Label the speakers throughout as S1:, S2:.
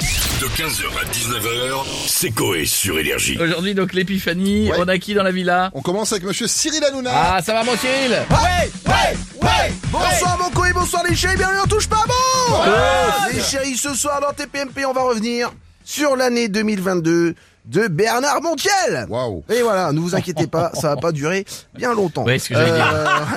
S1: De 15h à 19h, c'est Coé sur Énergie.
S2: Aujourd'hui, donc, l'épiphanie.
S3: Ouais.
S2: On a qui dans la villa
S3: On commence avec monsieur Cyril Hanouna.
S2: Ah, ça va, mon Cyril
S3: Ouais, ouais, ouais. Bonsoir mon couille, bonsoir les chéris, bienvenue on touche pas bon. les chéris, ce soir dans TPMP, on va revenir sur l'année 2022 de Bernard Montiel.
S4: Waouh.
S3: Et voilà, ne vous inquiétez pas, ça va pas durer bien longtemps. Euh,
S2: Ouais, ce que j'allais dire.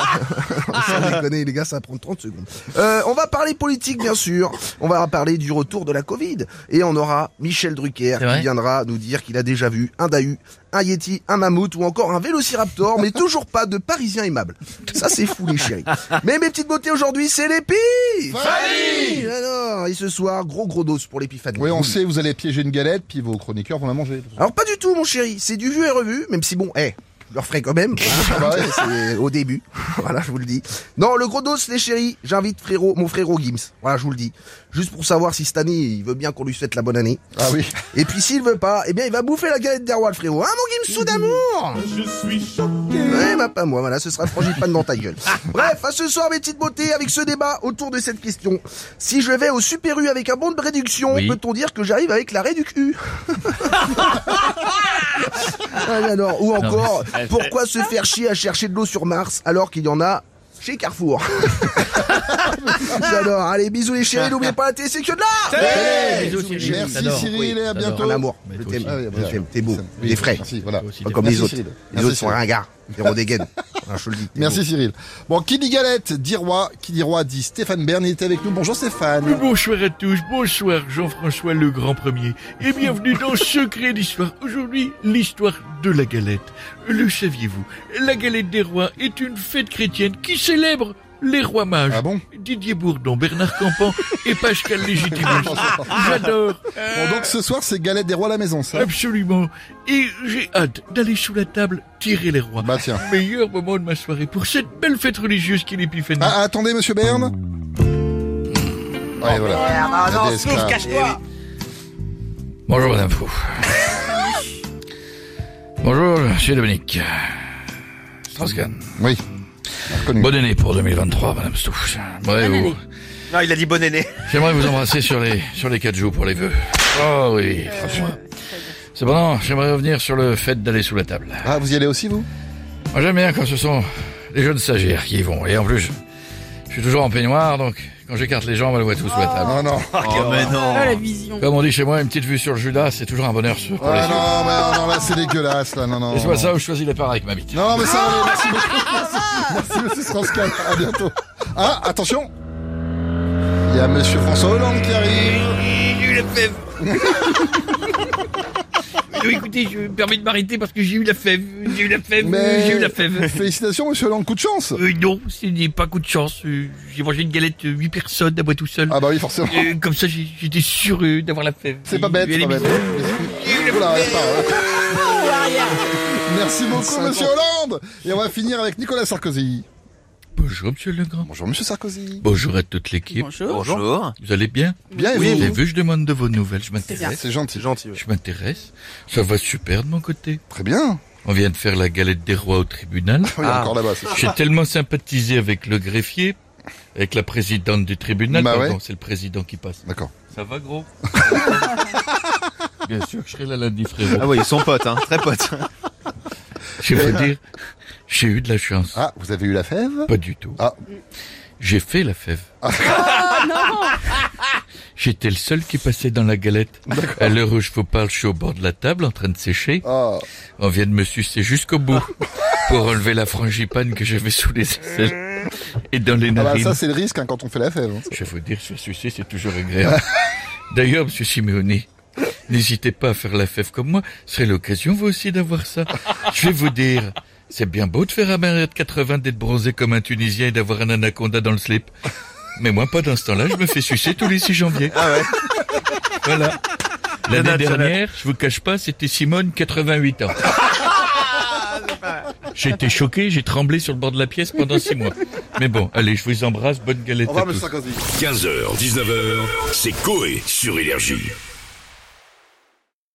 S3: Sans
S2: Ah.
S3: déconner, les gars, ça va prendre 30 secondes. Euh, on va parler politique, bien sûr. On va parler du retour de la Covid. Et on aura Michel Drucker
S2: C'est vrai
S3: qui viendra nous dire qu'il a déjà vu un Dahu, un Yeti, un mammouth ou encore un vélociraptor, mais toujours pas de Parisien aimable. Ça, c'est fou, les chéris. Mais mes petites beautés aujourd'hui, c'est l'épiphanie Alors, et ce soir, gros gros dos pour l'épiphanie.
S4: Oui, on
S3: Cool.
S4: sait, vous allez piéger une galette, puis vos chroniqueurs vont la manger.
S3: Alors pas du tout mon chéri, c'est du vu et revu, même si bon, eh, je le referai quand même.
S4: Ah bah
S3: Hein, c'est au début, voilà, je vous le dis. Non, le gros dos les chéris, j'invite frérot, mon frérot Gims, voilà, je vous le dis. Juste pour savoir si cette année, il veut bien qu'on lui souhaite la bonne année.
S4: Ah oui.
S3: Et puis s'il veut pas, eh bien il va bouffer la galette des rois, le frérot. Hein mon Gims, sous d'amour Ouais, bah pas moi, voilà, ce sera frangipane dans ta gueule. Bref, à ce soir mes petites beautés, avec ce débat autour de cette question. Si je vais au Super U avec un bon de réduction,
S2: Oui.
S3: peut-on dire que j'arrive avec la réduc U Ah, non, non. Ou encore, pourquoi se faire chier à chercher de l'eau sur Mars alors qu'il y en a chez Carrefour J'adore, allez bisous les chéris, n'oubliez pas la télé, c'est que de là
S2: Bisous, Cyril.
S4: Euh, Merci,
S2: T'adores.
S4: Cyril,
S2: Oui,
S4: et à
S2: t'adores.
S4: bientôt.
S3: Mon amour,
S2: Mais Bah,
S3: je
S2: toi
S3: t'aime,
S2: aussi.
S4: Ah oui,
S3: je
S4: voilà.
S3: t'aime, t'es beau,
S4: Oui,
S3: t'es frais,
S4: Merci, voilà.
S2: aussi,
S3: pas comme
S4: Merci,
S3: les autres.
S4: Cyril.
S3: Les
S4: Merci,
S3: autres sont
S4: Cyril.
S3: ringards, Véro dégaine. Ah, Je te le dis. t'es beau.
S4: Merci Cyril. Bon, qui dit galette dit roi, qui dit roi dit Stéphane Bern, il était avec nous. Bonjour
S5: Mais
S4: Stéphane.
S5: Bonsoir à tous, bonsoir Jean-François le Grand Premier et bienvenue dans Secret d'Histoire. Aujourd'hui, l'histoire de la galette. Le saviez-vous La galette des rois est une fête chrétienne qui célèbre les rois mages.
S4: Ah bon
S5: Didier Bourdon, Bernard Campan et Pascal Légitimus. J'adore.
S4: Bon, donc ce soir, c'est galette des rois à la maison, ça.
S5: Absolument. Et j'ai hâte d'aller sous la table tirer les rois.
S4: Bah tiens.
S5: Meilleur moment de ma soirée pour cette belle fête religieuse qui est l'épiphanie.
S4: Ah, attendez, monsieur Bern. Ouais, voilà.
S3: Ah, non,
S4: Des esclaves.
S2: Bonjour, madame Fou. Bonjour, je suis Dominique. strauss
S4: Oui. On a reconnu.
S2: Bonne année pour 2023, madame Stouff. Bonne année.
S6: Non, il a dit bonne année.
S2: J'aimerais vous embrasser sur les sur les quatre joues pour les vœux. Oh oui, franchement. Cependant, j'aimerais revenir sur le fait d'aller sous la table.
S4: Ah, vous y allez aussi, vous
S2: Moi, j'aime bien quand ce sont les jeunes stagiaires qui y vont. Et en plus, je, je suis toujours en peignoir, donc quand j'écarte les jambes, elle voit tout sous la table.
S4: Ah non.
S6: Oh, mais non.
S7: Ah, la vision.
S2: Comme on dit chez moi, une petite vue sur le Judas, c'est toujours un bonheur sûr pour les
S4: Ah
S2: yeux.
S4: non, mais non, là, c'est dégueulasse, là. Non, non.
S2: Et c'est pas
S4: non.
S2: ça où je choisis les parts avec ma bite.
S4: Non, mais ça,
S5: Ah
S4: allez, merci beaucoup. Merci, merci monsieur Strauss-Kahn. À bientôt. Ah, attention. Il y a monsieur François Hollande qui arrive.
S5: eu la fève. Eh Oui, écoutez, je me permets de m'arrêter parce que j'ai eu la fève, j'ai eu la fève,
S4: Mais-
S5: j'ai eu la fève.
S4: Félicitations, monsieur Hollande. Coup de chance.
S5: Euh, non, ce n'est pas coup de chance. euh, J'ai mangé une galette euh, huit personnes à moi tout seul.
S4: Ah, bah oui, forcément.
S5: Euh, comme ça, j'ai- j'étais sûr euh, d'avoir la fève.
S4: C'est pas bête,
S5: Elle
S4: c'est
S5: est
S4: pas bête.
S5: bizarre.
S4: Oula, arrête pas, arrête. Merci beaucoup, monsieur Hollande. Et on va finir avec Nicolas Sarkozy.
S5: Bonjour, monsieur Legrand.
S4: Bonjour, monsieur Sarkozy.
S5: Bonjour à toute l'équipe.
S7: Bonjour.
S6: Bonjour.
S5: Vous allez bien
S4: Bien, et
S5: Vous avez
S4: vous
S5: vu, je demande de vos nouvelles. Je
S7: bien.
S5: m'intéresse.
S4: Eh C'est gentil. gentil.
S5: Je m'intéresse. Ça va super de mon côté.
S4: Très bien. Oh,
S5: On vient de faire la galette des rois au tribunal.
S4: Oui,
S6: Ah.
S4: encore là-bas. c'est-
S5: J'ai tellement sympathisé avec le greffier, avec la présidente du tribunal,
S4: Bah
S5: pardon,
S4: ouais.
S5: c'est le président qui passe.
S4: D'accord.
S5: Ça va, gros Bien sûr que je serai là lundi, frérot.
S6: Ah oui, ils sont potes, hein. Très potes.
S5: Je vais vous dire, j'ai eu de la chance.
S4: Ah, vous avez eu la fève
S5: Pas du tout.
S4: Ah.
S5: J'ai fait la fève.
S6: Ah,
S5: J'étais le seul qui passait dans la galette. À l'heure où je vous parle, je suis au bord de la table en train de sécher.
S4: Ah,
S5: On vient de me sucer jusqu'au bout pour enlever la frangipane que j'avais sous les aisselles et dans les
S4: Ah bah,
S5: narines.
S4: ça, c'est le risque hein, quand on fait la fève. hein.
S5: Je vais vous dire, se sucer, c'est toujours agréable. D'ailleurs, monsieur Simeoni, n'hésitez pas à faire la fève comme moi. Ce serait l'occasion, vous aussi, d'avoir ça. Je vais vous dire, c'est bien beau de faire un mètre 80, d'être bronzé comme un Tunisien et d'avoir un anaconda dans le slip. Mais moi, pas dans ce temps-là, je me fais sucer tous les 6 janvier.
S6: Ah ouais.
S5: Voilà. L'année
S6: Jonathan.
S5: dernière, je vous cache pas, c'était Simone, 88 ans. J'ai été choqué, j'ai tremblé sur le bord de la pièce pendant six mois. Mais bon, allez, je vous embrasse, bonne galette
S4: Au revoir,
S5: à
S4: monsieur Sarkozy.
S5: tous.
S1: 15h, 19h, c'est Coé sur Énergie.